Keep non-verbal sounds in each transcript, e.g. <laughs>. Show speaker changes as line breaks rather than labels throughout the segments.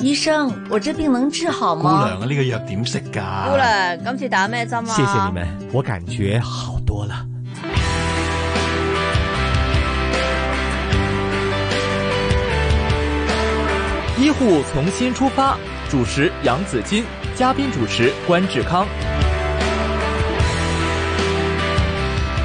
醫生，我這病能治好
姑
嗎？
娘啊，呢個藥點食㗎？
姑娘，今次打咩針啊？
谢谢你们，我感觉好多了。医护从新出发，主持杨紫金，嘉宾主持关志康。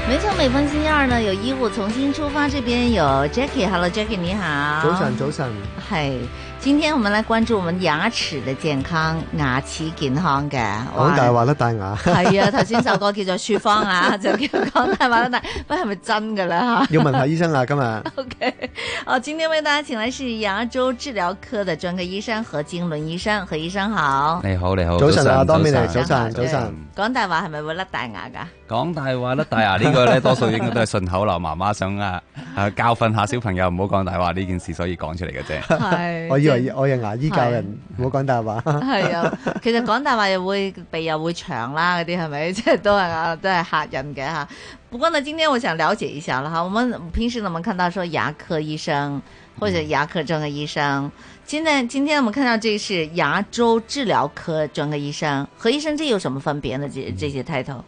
没错，每逢星期二呢，有醫護重新出發，這邊有 Jackie，Hello Jackie，你好。
早晨，。早晨，
係，今天我們來關注我們牙齒的健康，牙齒健康嘅。哇
講大。話甩大牙，
係啊，頭先首歌叫做《說謊》啊， <laughs> 就叫講大話啦，但喂係咪真 <laughs> 㗎啦？
要問下醫 <laughs> 生啊，今日
OK，好，今天为大家请来是牙周治疗科的专科医生何经纶医生，何医生好。
你好，你好，
早晨啊
早晨
Dominic，
早晨
早晨，早晨。
講大話係咪會甩大牙㗎？
講大話甩大牙呢個咧，多數應該都係順口溜，媽媽想啊啊教訓下小朋友唔好講大話呢件事，所以講出嚟
<laughs>
嘅啫。
係
我以為我嘅牙醫教人唔好講大 <laughs> 話，
係啊，其實講大話又會鼻又會長啦，嗰啲係咪？ <laughs> 即係都係啊，都係嚇人嘅嚇。不過呢，今天我想了解一下啦哈，我們平時呢我們看到說牙科醫生或
嗯
者牙科专科醫生，現在今天我們看到這是牙周治療科专科醫生，何醫生這有什麼分別呢？
嗯
這這些 title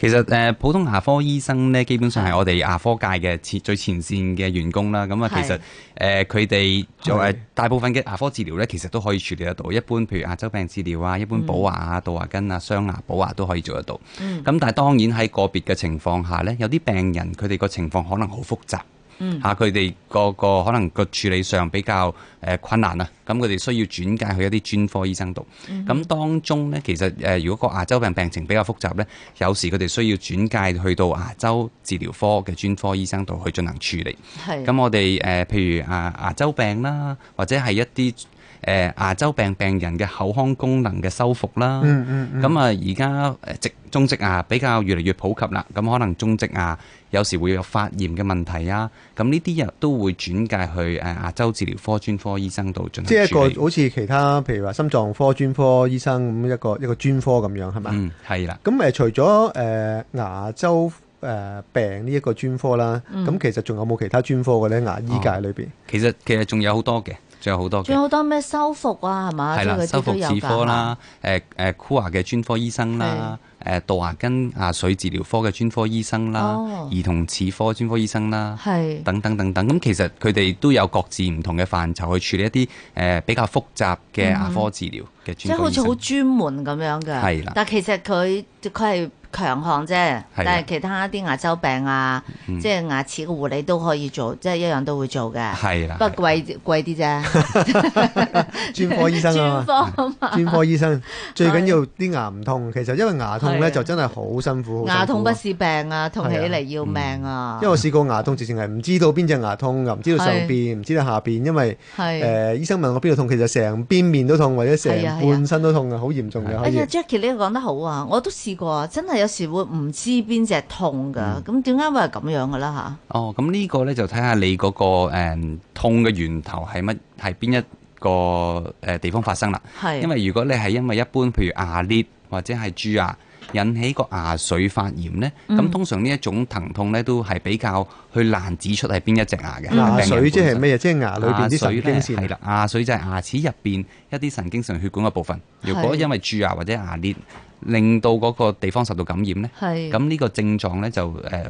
其實誒、呃普通牙科醫生咧，基本上係我哋牙科界嘅前最前線嘅員工啦。咁啊，
係
其實誒佢哋做
係
誒大部分嘅牙科治療咧，其實都可以處理得到。一般譬如牙周病治療啊，一般補牙啊、杜牙根啊、鑲牙補牙都可以做得到。咁、
嗯
但係當然喺個別嘅情況下咧，有啲病人佢哋個情況可能好複雜。
嗯
嚇佢哋個個可能個處理上比較誒困難啊，咁佢哋需要轉介去一啲專科醫生度。
嗯
咁、當中呢，其實誒如果個牙周病病情比較複雜呢，有時佢哋需要轉介去到牙周治療科嘅專科醫生度去進行處理。
係
嗯
咁我哋誒、呃譬如啊牙周病啦，或者係一啲誒、呃牙周病病人嘅口腔功能嘅修復啦。
嗯嗯嗯，
咁啊，而家誒植種植牙比較越嚟越普及啦，咁可能種植牙有時會有發炎嘅問題啊，咁呢啲人都會轉介去誒牙周治療科專科醫生度進
即係
行
一
處理
個。好似其他譬如話心臟科專科醫生咁一個一個專科咁樣係嘛？
嗯，係啦，
咁呃誒除咗誒牙周誒病呢一個專科啦，
嗯
咁其實仲有冇其他專科嘅咧？牙醫界裏邊
哦
其實其實仲有好多嘅，仲有好多
仲有
嘅，
好多咩修復啊，係嘛？
係
即係
啦，
嗰
修
啲都
復
有
齒
㗎
科，啦，誒誒箍牙嘅專科醫生啦，誒杜牙根牙髓治療科嘅專科醫生啦
哦，
兒童齒科專科醫生啦。
係
等等等等，咁其實佢哋都有各自唔同嘅範疇去處理一啲誒、呃比較複雜嘅牙科治療
嗯
嘅
即係
專科
好
醫
似好
生。
專門咁樣嘅。
係啦
但其實佢佢係強項啫，但係其他啲牙周病啊，
嗯
即係牙齒嘅護理都可以做，即係一樣都會做嘅。
係啦，
不過貴貴啲啫，
專科醫生
<laughs>
啊
專
嘛。
科
專科
<laughs>
醫生最緊要啲牙唔痛，其實因為牙痛
係啊
咧就真係好辛苦，好辛苦
牙痛不
啊嗯
是病啊，痛起嚟要命啊
嗯
因為。我試過牙痛，直情係唔知道邊隻牙痛，又唔知道上邊，唔知道下邊，因為誒、
係。
呃、醫生問我邊度痛，其實成邊面都痛，或者成
係啊係啊
半身都痛嘅，好嚴重嘅可
哎
以
呀。，Jackie 你講得好啊，我都試過啊，真係有時會唔知邊只痛
嗯
㗎，咁點解會係咁樣㗎啦吓？
哦，咁呢個呢，就睇下你嗰、個、誒痛嘅源頭係乜，係邊一個誒、呃地方發生啦。
係
因為如果你係因為一般譬如牙裂或者係蛀牙引起個牙髓發炎呢，咁、
嗯
通常呢一種疼痛呢，都係比較去難指出係邊一隻牙嘅。
嗯牙
病人
水即
本
係
嗯
身
咩嘢？即係牙裏邊啲神經
係
線。啊
啦，牙髓就係牙齒入邊一啲神經上血管嘅部分。如
係
果因為蛀牙或者牙裂，令到嗰個地方受到感染呢，
係
咁呢個症狀呢，就誒、呃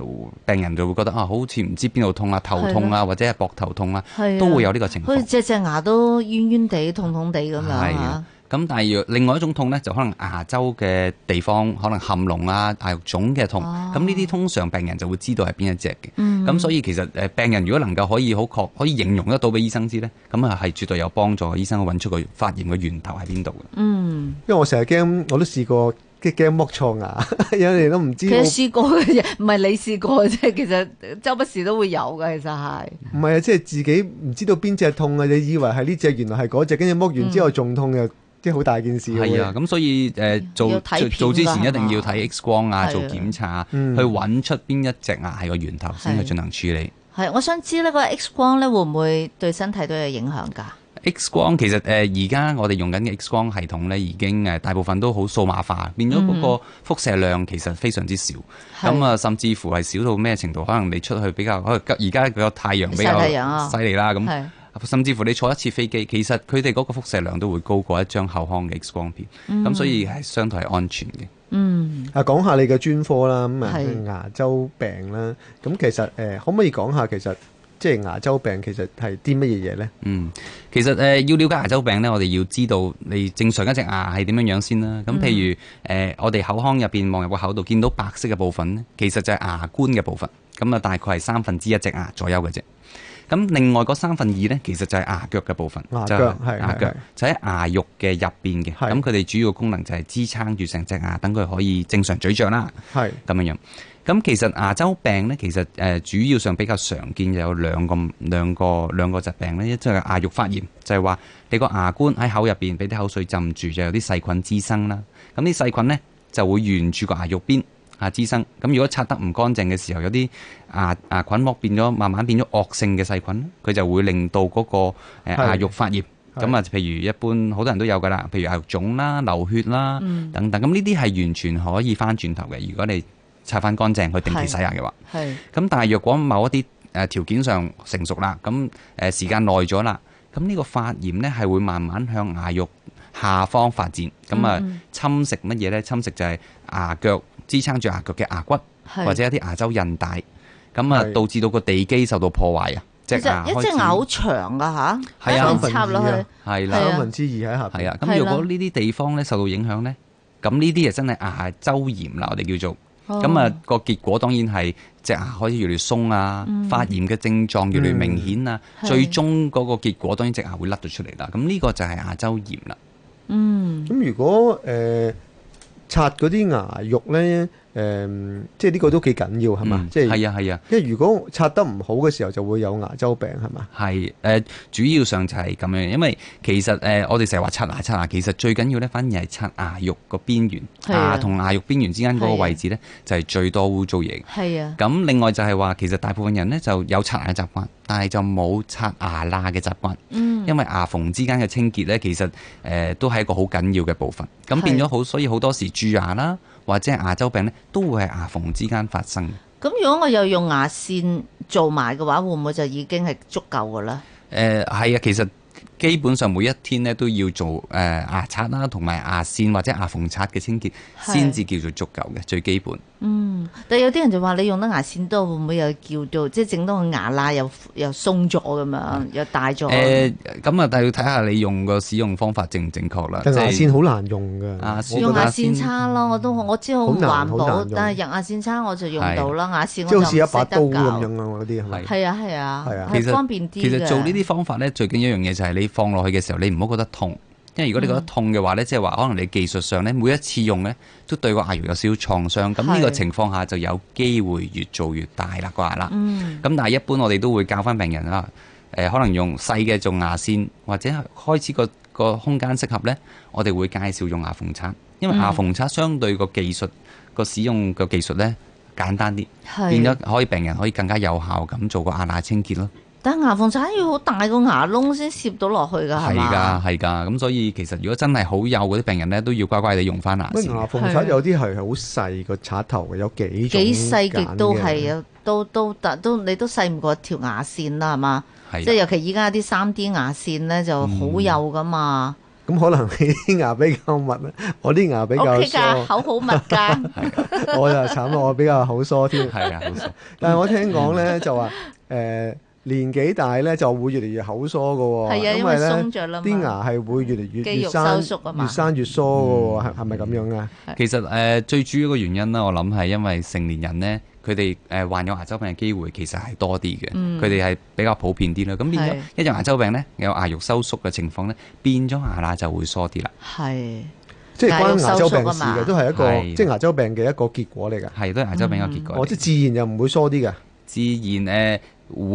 病人就會覺得啊，好似唔知邊度痛啊，頭痛啊，或者係膊頭痛啊，
係啊
都會有呢個情
好似
況。
隻隻牙都冤冤地、痛痛地咁樣
係
嚇
啊。咁但係若另外一種痛呢，就可能牙周嘅地方，可能含膿啊、牙肉腫嘅痛。
哦
咁呢啲通常病人就會知道係邊一隻嘅。
嗯
咁所以其實誒病人如果能夠可以好確可以形容得到俾醫生知呢，咁啊係絕對有幫助醫生去揾出個發炎嘅源頭喺邊度嘅。
嗯，
因為我成日驚，我都試過，即係驚剝錯牙， <laughs> 有人都唔知
其
道。
實試過嘅啫，唔係你試過嘅啫。其實周不時都會有嘅，其實係
唔係啊，即係自己唔知道邊只痛啊！你以為係呢只，原來係嗰只，跟住剝完
嗯
之後仲痛嘅，即係好大件事嘅
係啊，
會。
咁所以誒、呃做
要睇片
做
㗎
做之前一定要
係嘛
睇 X 光
係
啊，
啊
做檢查啊，
嗯
去揾出邊一隻牙係個源頭先去進行處理。
係。我想知呢個 X 光咧會唔會對身體都有影響㗎？
X 光其實呃誒而家我哋用緊嘅 X 光系統呢，已經誒大部分都好數碼化，變咗嗰個輻射量其實非常之少。
嗯係
咁啊，甚至乎係少到咩程度？可能你出去比較，可能而家個太陽比
曬
較
太陽啊
犀利啦，咁
係
甚至乎你坐一次飛機，其實佢哋嗰個輻射量都會高過一張口腔嘅 X 光片，咁、所以係相對係安全嘅。
嗯，
啊，講下你嘅專科啦，咁啊
係
牙周病啦，咁其實誒、呃可唔可以講下其實即係牙周病其實係啲乜嘢嘢咧？
嗯，其實誒、呃要了解牙周病咧，我哋要知道你正常一隻牙係點樣樣先啦。咁
嗯
譬如誒、呃我哋口腔入邊望入個口度見到白色嘅部分咧，其實就係牙冠嘅部分。咁啊，大概係三分之一隻牙左右嘅啫。咁另外嗰三分二咧，其實就係牙腳嘅部分，
牙
就
腳
係
係
牙
係
腳
係
就喺牙肉嘅入邊嘅。
係
咁佢哋主要功能就係支撐住成隻牙，等佢可以正常咀嚼啦。
係
咁樣樣。咁其實牙周病咧，其實誒、呃主要上比較常見有兩個兩個兩個疾病咧，一就係牙肉發炎，就係、話你個牙冠喺口入邊俾啲口水浸住，就有啲細菌滋生啦。咁啲細菌咧就會沿住個牙肉邊啊滋生。咁如果刷得唔乾淨嘅時候，有啲牙牙菌膜變咗慢慢變咗惡性嘅細菌，佢就會令到嗰、個、呃、
係
牙肉發炎。
係
咁啊，譬如一般好多人都有噶啦，譬如牙肉腫啦、流血啦。
嗯，
等等。咁呢啲係完全可以翻轉頭嘅，如果你擦翻乾淨去定期洗牙嘅話。
係，
咁但係若果某一啲誒條件上成熟啦，咁誒時間耐咗啦，咁呢個發炎呢係會慢慢向牙肉下方發展，咁啊
嗯
侵蝕乜嘢呢？侵蝕就係牙腳支撐住牙腳嘅牙骨，
係
或者一啲牙周韌帶，咁啊
係
導致到個地基受到破壞啊，
其
隻牙
實一隻
開始
牙好長噶吓，
係啊
一路插落去，
係
係。
啦
啊
三分之二喺下
係
邊，
啊，
係啦
咁如果呢啲地方咧受到影響咧，咁呢啲就真係牙周炎啦，我哋叫做。咁啊
哦，
個結果當然係隻牙開始越嚟越鬆啊，
嗯
發炎嘅症狀越嚟越明顯啊，
嗯
最
係
終嗰個結果當然隻牙會甩咗出嚟啦。咁呢個就係牙周炎啦。
嗯，
咁如果誒、呃刷嗰啲牙肉咧，誒、即係呢個都幾緊要係嘛？
嗯
即係
係啊係啊。
因為如果刷得唔好嘅時候就會有牙周病係嘛？
係誒、呃主要上就係咁樣，因為其實誒、呃我哋成日話刷牙刷牙，其實最緊要咧，反而係刷牙肉個邊緣，
係啊
牙同牙肉邊緣之間嗰個位置咧，就係最多污糟嘢嘅。
係啊，
咁另外就係話，其實大部分人呢就有刷牙嘅習慣，但係就冇刷牙罅嘅習慣，
嗯，
因為牙縫之間嘅清潔呢，其實誒、呃都係一個好緊要嘅部分。咁
係
變咗好，所以好多時蛀牙啦，或者係牙周病呢，都會喺牙縫之間發生。誒、
咁如果我又用牙線做埋嘅話，會唔會就已經係足夠噶啦？
係啊，其實基本上每一天呢都要做誒、呃牙刷啦，同埋牙線或者牙縫刷嘅清潔，
係
先至叫做足夠嘅最基本。
嗯，但有啲人就話你用得牙線多，會唔會又叫做即係整到個牙罅又又鬆咗咁樣，又大咗？
嗯誒咁啊，但係要睇下你用個使用方法正唔正確啦。
但牙
啊即係
線好難用㗎，
牙
我
線
覺
用
得嗯
牙線叉咯，我都我知好唔
好
環
難好難
保，
用
但係用牙線叉我就用到啦，牙線
即
我
係
就唔
好似一把
識得
刀咁
搞。
樣啊嗰啲係咪
係？
係啊係啊，
係啊
其實
係方便啲嘅。
其實做呢啲方法咧，最緊要一樣嘢就係你放落去嘅時候，你唔好覺得痛。因為如果你覺得痛嘅話咧，即係話可能你技術上咧，每一次用咧都對個牙肉有少少創傷。咁呢
嗯
個
係
情況下就有機會越做越大啦個牙罅。
嗯，
咁但係一般我哋都會教翻病人啦，誒、可能用細嘅做牙線，或者開始個個空間適合呢，我哋會介紹用牙縫刷，因為
嗯
牙縫刷相對個技術個使用個技術呢簡單啲，
係
變咗可以病人可以更加有效咁做個牙罅清潔咯。
但係牙縫刷要好大個牙窿先攝到落去㗎，係
係㗎，
嘛？
係㗎。咁所以其實如果真係好幼嗰啲病人咧，都要乖乖地用翻牙
乜
線
啊牙
嘅。
縫刷有啲係好細個刷頭嘅，有幾種
幾細極都
揀嘅
係啊，都都都你都細唔過條牙線啦，係嘛？
啊
係啊
即係
啦
尤其依家啲三 D 牙線咧就
嗯
好幼噶嘛，
咁可能你啲牙比較 <laughs> 密啊，我啲牙比
O
較
K 㗎，
疏，
口好密
<laughs>
㗎，
我就慘啦，我比較口
<laughs>
疏添。
係啊，好熟
但係我聽講咧就話，誒、年紀大咧就會越嚟越口疏嘅喎，
係啊，因
哦為
為
咧
鬆咗啦
啲
嘛，
牙係會越嚟越
肌
越
肉
生
收縮啊嘛
越生越疏嘅喎，係係
嗯
咪咁樣啊？
其實誒、呃最主要嘅原因啦，我諗係因為成年人呢，佢哋誒患有牙周病嘅機會其實係多啲嘅，
嗯
佢哋係比較普遍啲啦。咁變咗
係
一有牙周病呢，有牙肉收縮嘅情況呢，變咗牙罅就會疏啲啦。
係
即係關牙周病
牙肉
事
收縮啊嘛
嘅，都係一個
係
即係牙周病嘅一個結果嚟㗎。
係都係牙周病嘅結
嗯我
果嚟。
即係自然就唔會疏啲㗎。
自然誒、呃、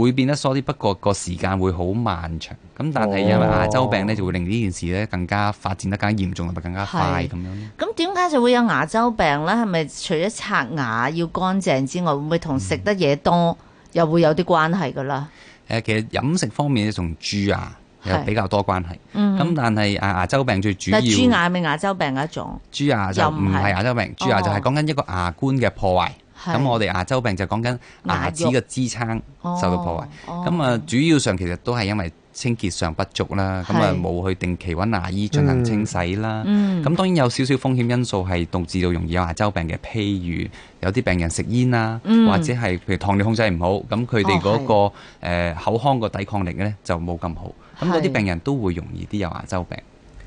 會變得疏啲，不過個時間會好漫長。咁但係因
哦
為牙周病呢，就會令呢件事呢更加發展得更加嚴重同埋更加快
係
咁樣咯。
咁點解就會有牙周病咧？係咪除咗刷牙要乾淨之外，會唔會同食得嘢
嗯
多又會有啲關係㗎啦？
誒，其實飲食方面咧，同蛀牙有
係
比較多關係。
嗯，
咁但係牙牙周病最主要
但，係蛀牙係咪牙周病嘅一種？
蛀牙就唔係牙周病，蛀牙就係講緊一個牙冠嘅破壞。
哦係
咁我哋牙周病就講緊牙齒嘅支撐受到破壞。啊
哦
咁啊，主要上其實都係因為清潔上不足啦，咁啊
係
冇去定期揾牙醫進行清洗啦。
嗯
咁當然有少少風險因素係導致到容易有牙周病嘅，譬如有啲病人食煙啊，
嗯
或者係譬如糖尿控制唔好，咁佢哋嗰個、呃口腔個抵抗力咧就冇咁好，咁嗰
係
啲病人都會容易啲有牙周病。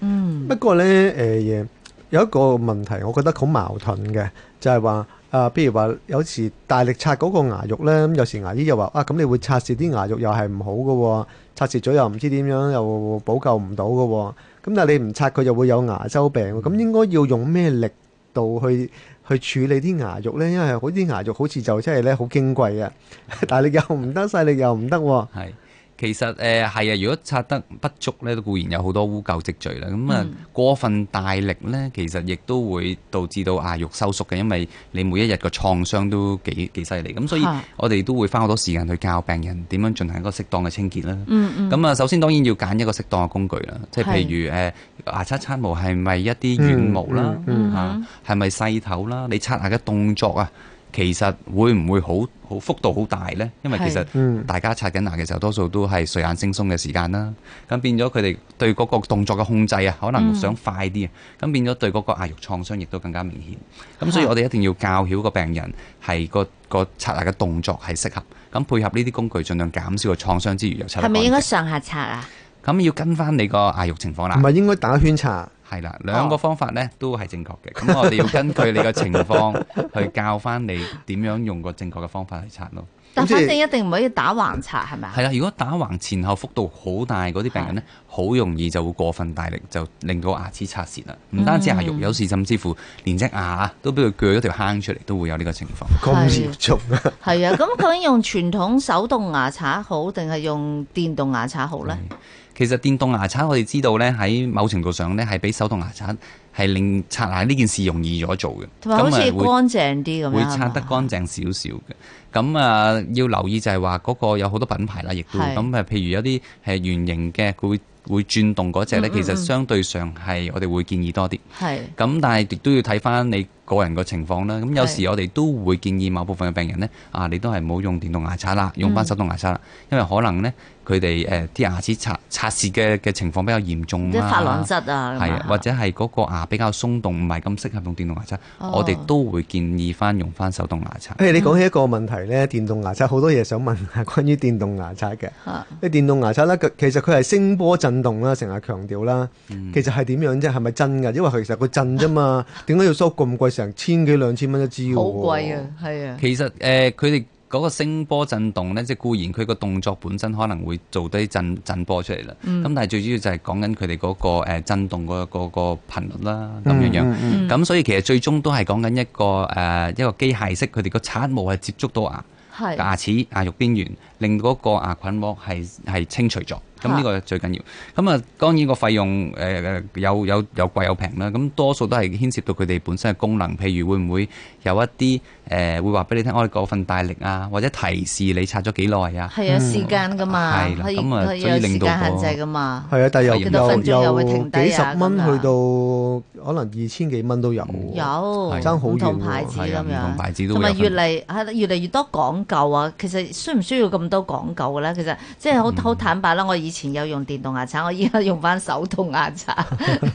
嗯
不過咧，誒、有一個問題，我覺得好矛盾嘅，就係話啊，譬如話有時大力刷嗰個牙肉咧，咁有時牙醫又話啊，咁你會刷蝕啲牙肉又係唔好嘅喎，刷蝕咗又唔知點樣，又補救唔到嘅喎。咁但係你唔刷佢就會有牙周病喎，咁應該要用咩力度去去處理啲牙肉咧？因為好啲牙肉好似就真係咧好矜貴啊， <laughs> 大力又唔得，細力又唔得喎。
係，其實誒係啊，如果刷得不足咧，固然有好多污垢積聚啦。咁啊
嗯，
過分大力咧，其實亦都會導致到牙肉收縮嘅，因為你每一日個創傷都幾幾犀利。咁所以
嚇
我哋都會花好多時間去教病人點樣進行一個適當嘅清潔啦。
嗯嗯，
咁啊，首先當然要揀一個適當嘅工具啦，即係
係
譬如誒、呃牙刷刷毛係咪一啲軟毛啦，嚇、
嗯嗯
係咪細頭啦？你刷牙嘅動作啊，其實會唔會好好幅度好大呢？因為其實
嗯
大家刷緊牙嘅時候，多數都係睡眼惺忪嘅時間啦，咁變咗佢哋對嗰個動作嘅控制啊，可能想快啲啊，咁、變咗對嗰個牙肉創傷亦都更加明顯。咁所以
嚇
我哋一定要教曉個病人係個個刷牙嘅動作係適合，咁配合呢啲工具，盡量減少個創傷之餘又刷得
係咪應該
乾淨
上下刷啊？
咁要跟翻你個牙肉情況啦
唔，係應該打圈刷？
係啦，兩個方法呢都係正確
<laughs>
嘅。咁我哋要根據你個情況去教翻你點樣用個正確嘅方法去刷咯。
但
即
反
係
正一定唔可以打橫刷係咪啊？
係啦，如果打橫前後幅度好大嗰啲病人呢，
啊
好容易就會過分大力，就令到牙齒刷蝕啦。唔單止牙肉，
嗯
有時甚至乎連隻牙啊都俾佢鋸咗條坑出嚟，都會有呢個情況。
咁嚴重啊！
係啊，咁究竟用傳統手動牙刷好定係用電動牙刷好咧？
嗯其實電動牙刷我哋知道呢，喺某程度上呢，係比手動牙刷係令刷牙呢件事容易咗做嘅，
同埋好似
咁啊會
乾淨啲咁樣，啊
會
係
擦
嘛
得乾淨少少嘅。咁啊，要留意就係話嗰個有好多品牌啦，亦都
係
咁啊，譬如有啲係圓形嘅，佢會會轉動嗰只咧，
嗯嗯
其實
嗯
相對上係我哋會建議多啲。
係
咁但係亦都要睇翻你個人個情況啦。咁有時我哋都會建議某部分嘅病人呢，啊，你都係唔好用電動牙刷
嗯
啦，用翻手動牙刷啦，因為可能呢，佢哋誒啲牙齒刷刷蝕嘅嘅情況比較嚴重
啲
啦
珐琅質啊，咁
嗯係啊，或者係嗰個牙比較鬆動，唔係咁適合用電動牙刷，
哦
我哋都會建議翻用翻手動牙刷。
誒，哎你講起一個問題咧，電動牙刷好多嘢想問下關於電動牙刷嘅。
嚇
你電動牙刷咧，佢其實佢係聲波震動啦，成日強調啦。
嗯
其實係點樣啫？係咪真㗎？因為其實佢震啫
<laughs>
嘛，點解要收咁貴成千幾兩千蚊一支㗎喎
好貴啊！，係啊，
其實誒，佢哋嗰個聲波震動呢，即係固然佢個動作本身可能會做低震震波出嚟啦。咁、但係最主要就係講緊佢哋嗰個誒震動嗰、個、個頻率啦，咁樣樣。
嗯
嗯
咁、所以其實最終都係講緊一個誒、一個機械式，佢哋個刷毛係接觸到牙。
係
牙齒牙肉邊緣，令嗰個牙菌膜係係清除咗。咁呢個最緊要。咁啊，當然個費用誒、呃有有有貴有平啦。咁多數都係牽涉到佢哋本身嘅功能，譬如會唔會有一啲誒、呃、會話俾你聽，我哋嗰份大力啊，或者提示你刷咗幾耐啊。
係有時間噶嘛，
係啦
可以
咁啊
可以
所以
有時
令到
間限
個
制噶嘛，
係啊，但係
幾
多分鐘
由
又會
由
停
由
低啊
幾十蚊
咁啊嗯
去到可能二千幾蚊都有喎。
有
爭好
唔同
遠喎
牌子
係
咁
啊唔同
樣。
牌子都
同
會有
埋
分
越嚟係啦越嚟越多講究啊！其實需唔需要咁多講究嘅咧？其實即係
嗯
好好坦白啦，我以前有用電動牙刷，我依家 <laughs> 用翻手動牙刷， <laughs>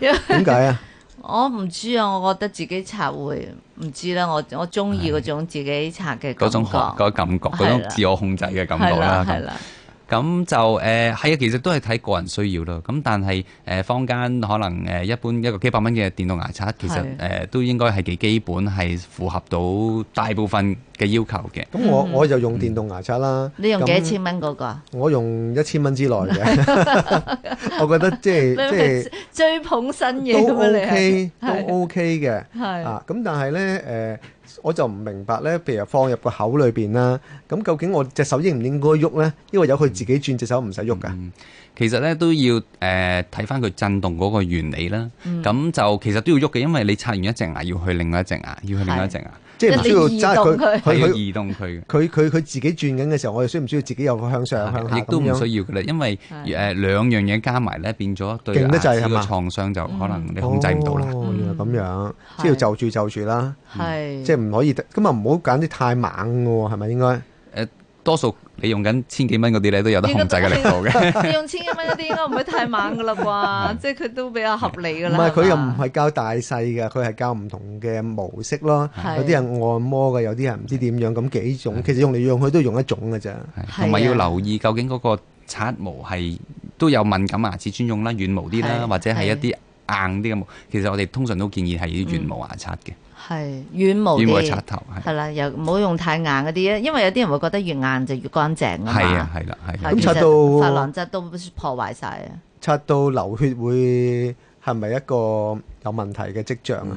因為
點解
<laughs>
啊？
我唔知啊，我覺得自己刷會唔知啦，我我中意嗰種自己刷嘅
嗰
感
種
覺
嗰，個感覺，嗰
係啦
種自我控制嘅感
係
覺啦
啦，係
咁
啦，
咁就誒係啊，其實都係睇個人需要咯。咁但係誒、呃坊間可能誒、呃一般一個幾百蚊嘅電動牙刷，其實誒
係、
呃都應該係幾基本，係符合到大部分嘅要求嘅。
咁我我就用電動牙刷啦。
你用幾多
咁
千蚊嗰個啊？
我用一千蚊之內嘅。
<laughs>
<laughs> 我覺得即
你
係即係
咪。追捧新嘢咁
都
樣你
OK，
係
都 OK 嘅。
係
啊，咁但係咧，誒，我就唔明白咧，譬如放入個口裏邊啦，咁究竟我隻手應唔應該喐咧？因為由佢自己轉隻手唔使喐噶。
嗯其實咧都要誒睇翻佢震動嗰個原理啦。咁、就其實都要喐嘅，因為你刷完一隻牙要去另外一隻牙，要去另外一隻牙，
即係唔需要
即係你
揸
移動佢
佢，
係
佢
要
佢
移動佢嘅。
佢佢佢自己轉緊嘅時候，我哋需唔需要自己有個向上向下
亦都
咁
唔
樣？
需要嘅啦，因為
係
誒、兩樣嘢加埋咧，變咗對牙
勁得滯
齒
係嘛
嘅創傷就可能你控制唔到啦。
哦，原來咁樣，
係
即係要就住就住啦，
嗯係
即係唔可以，咁啊唔好揀啲太猛嘅喎，係咪應該？
誒多數你用緊千幾蚊嗰啲咧都有得控制嘅力
啊
度嘅。
<laughs> 你用千一蚊嗰啲應該唔會太猛噶啦
<laughs>
啩，即係佢都比較合理噶
唔
啦。
係佢又唔
嘛
係教大細嘅，佢係教唔同嘅模式咯。
係
有啲人按摩嘅，有啲人唔知點樣，咁幾種。其實用嚟用去都用一種嘅啫。
係
係
同埋要
啊
留意究竟嗰個刷毛係都有敏感牙齒專用啦、軟毛啲啦，
係
或者係一
係
啲硬啲嘅毛。其實我哋通常都建議係要軟毛牙刷嘅，
係軟毛
軟毛
嗯哦啲，
刷頭係
係啦，又唔好用太硬嗰啲啊，因為有啲人會覺得越硬就越乾淨啊
係啊
嘛。
係啦係
係
啦
咁
其
刷
實
到
珐琅質都破壞晒啊！
刷到流血會係咪一個有問題嘅跡象啊？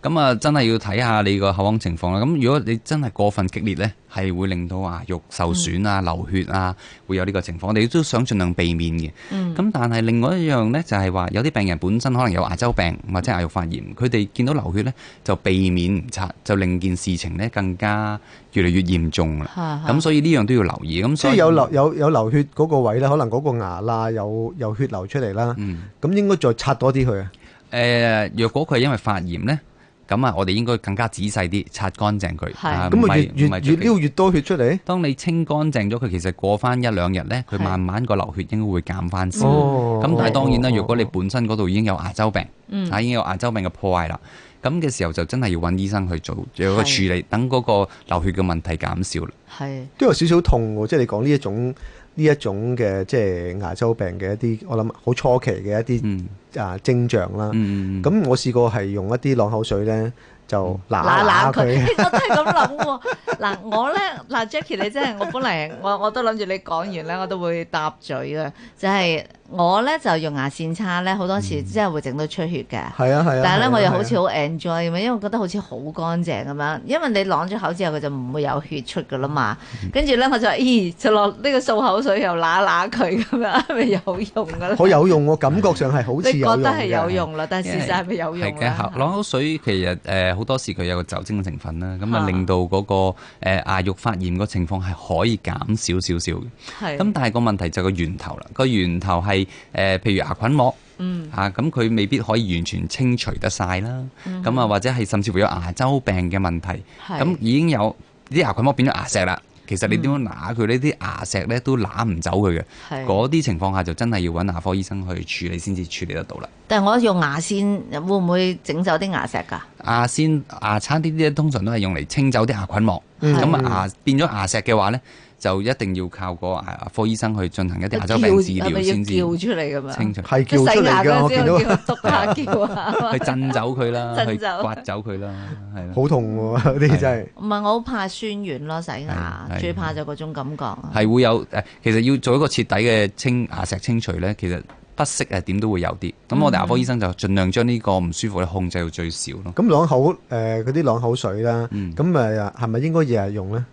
咁啊，真係要睇下你個口腔情況啦。咁如果你真係過分激烈呢，係會令到牙肉受損啊、流血啊，會有呢個情況。我哋都想盡量避免嘅。咁、
嗯
但係另外一樣呢，就係話有啲病人本身可能有牙周病或者牙肉發炎，佢哋見到流血呢，就避免唔刷，就令件事情呢更加越嚟越嚴重啦。
啊
咁所以呢樣都要留意。咁
即
所
係
以
有流有有流血嗰個位咧，可能嗰個牙罅有有血流出嚟啦。
嗯
咁應該再刷多啲佢啊。
誒、若果佢係因為發炎呢，咁啊，我哋應該更加仔細啲刷乾淨佢。
係
啊唔
咁啊，越
係唔係
越越
逐幾
撩越多血出嚟。
當你清乾淨咗佢，其實過翻一兩日呢，佢
係
慢慢個流血應該會減翻少。咁、
哦
但係當然啦，
哦
如果你本身嗰度已經有牙周病，
嗯
啊已經有牙周病嘅破壞啦，咁嘅時候就真係要揾醫生去做有個
係
處理，等嗰個流血嘅問題減少啦。
係
都有少少痛喎，即係你講呢一種呢一種嘅即係牙周病嘅一啲，我諗好初期嘅一啲、
嗯
啊症狀啦。
嗯，
咁、我試過係用一啲朗口水咧，就揦
嗱嗱
揦
佢，
啊
<laughs> 我都
佢，
係咁諗喎。嗱我咧，嗱 Jackie 你真係我本嚟 <laughs> 我我都諗住你講完咧，我都會搭嘴嘅。就係我咧就用牙線刷咧，好多時真係會整到出血嘅。
嗯係啊係啊。
但係咧，
啊
我又
啊
好似好 enjoy 咁樣，因為我覺得好似好乾淨咁樣。因為你啷咗口之後，佢就唔會有血出噶啦嘛。
嗯
跟住咧，我就話咦，就落呢個漱口水又揦揦佢咁樣， <laughs> 咪有用噶啦。
好有用喎，我感覺上係好
你
似
覺
有用
得係
嘅
有用啦，但係啊事實係咪有
係
用
嘅，
啦
口？朗口水其實誒好多時佢有個酒精嘅成分啦，咁
啊
啊令到嗰、個誒牙肉發炎個情況係可以減少少少嘅。
係
咁但係個問題就係個源頭啦，個源頭係誒、呃譬如牙菌膜。
嗯
啊，咁佢未必可以完全清除得晒啦，
嗯
咁啊、或者係甚至乎有牙周病嘅問題，
係嗯
咁已經有啲牙菌膜變咗牙石啦。其實你點樣揦佢呢啲牙石咧，都揦唔走佢嘅。
係
嗰啲情況下就真係要揾牙科醫生去處理先至處理得到啦。
但係我用牙線會唔會整走啲牙石㗎？
牙線、牙刷呢啲咧，通常都係用嚟清走啲牙菌膜。
嗯
咁啊牙變咗牙石嘅話咧，就一定要靠個牙科醫生去進行一啲牙周
叫
病治
係咪
療
要
先至
叫出嚟㗎嘛？ <laughs>
清除。
即
係叫
係
出
洗
嚟
牙
㗎，
嗰
我見
陣
到
時要督下叫啊！
<laughs>
去震走佢啦，
震 <laughs>
去
走
刮走佢啦，係啦。
好痛喎，呢啲真係。
唔係我好怕酸軟咯，洗牙
係係
最怕就嗰種感覺啊。
係會有誒，其實要做一個適底嘅清牙石清除呢，其實不適誒點都會有啲。咁我哋牙科醫生就盡量將呢個唔舒服咧控制到最少咯。誒、
咁朗口誒嗰啲朗口水啦，
嗯
咁誒係咪應該日日用咧？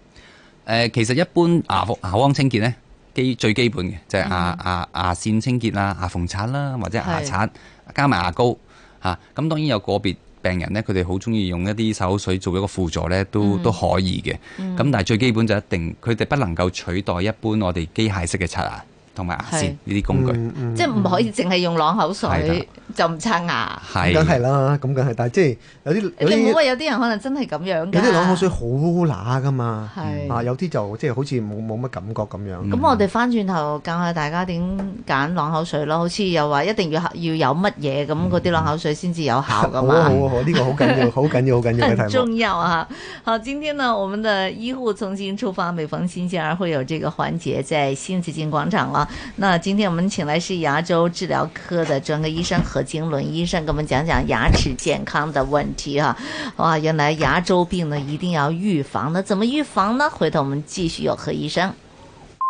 呃其實一般牙科牙腔清潔呢，基最基本嘅就係牙牙牙線清潔啦、牙縫刷啦，或者牙刷加埋牙膏嚇。咁、當然有個別病人呢，佢哋好中意用一啲漱口水做一個輔助呢，都、都可以嘅。咁、但係最基本就一定佢哋不能夠取代一般我哋機械式嘅刷牙同埋牙線
係
呢啲工具。
嗯嗯
即係唔可以淨係用朗口
係
水就唔刷牙。
係
梗係啦，咁梗係，但係即係有啲有
你唔
啲
好話有啲人可能真係咁樣㗎。
有啲朗口水好乸噶嘛，
係
啊有啲就即係好似冇冇乜感覺咁樣。
咁我哋翻轉頭教下大家點揀朗口水咯，好似又話一定要要有乜嘢咁嗰啲朗口水先至有效噶
好啊
嘛
好。啊好啊，呢個好緊要，好緊要，好緊要嘅
很
題目。
重要啊！好，今天呢，我们的医护重新出发，每逢星期二会有这个环节在新紫金广场了。那今天我们请来是牙周治疗科的专科医生何经纶医生，给我们讲讲牙齿健康的问题哈、哇，原来牙周病呢一定要预防，那怎么预防呢？回头我们继续有何医生。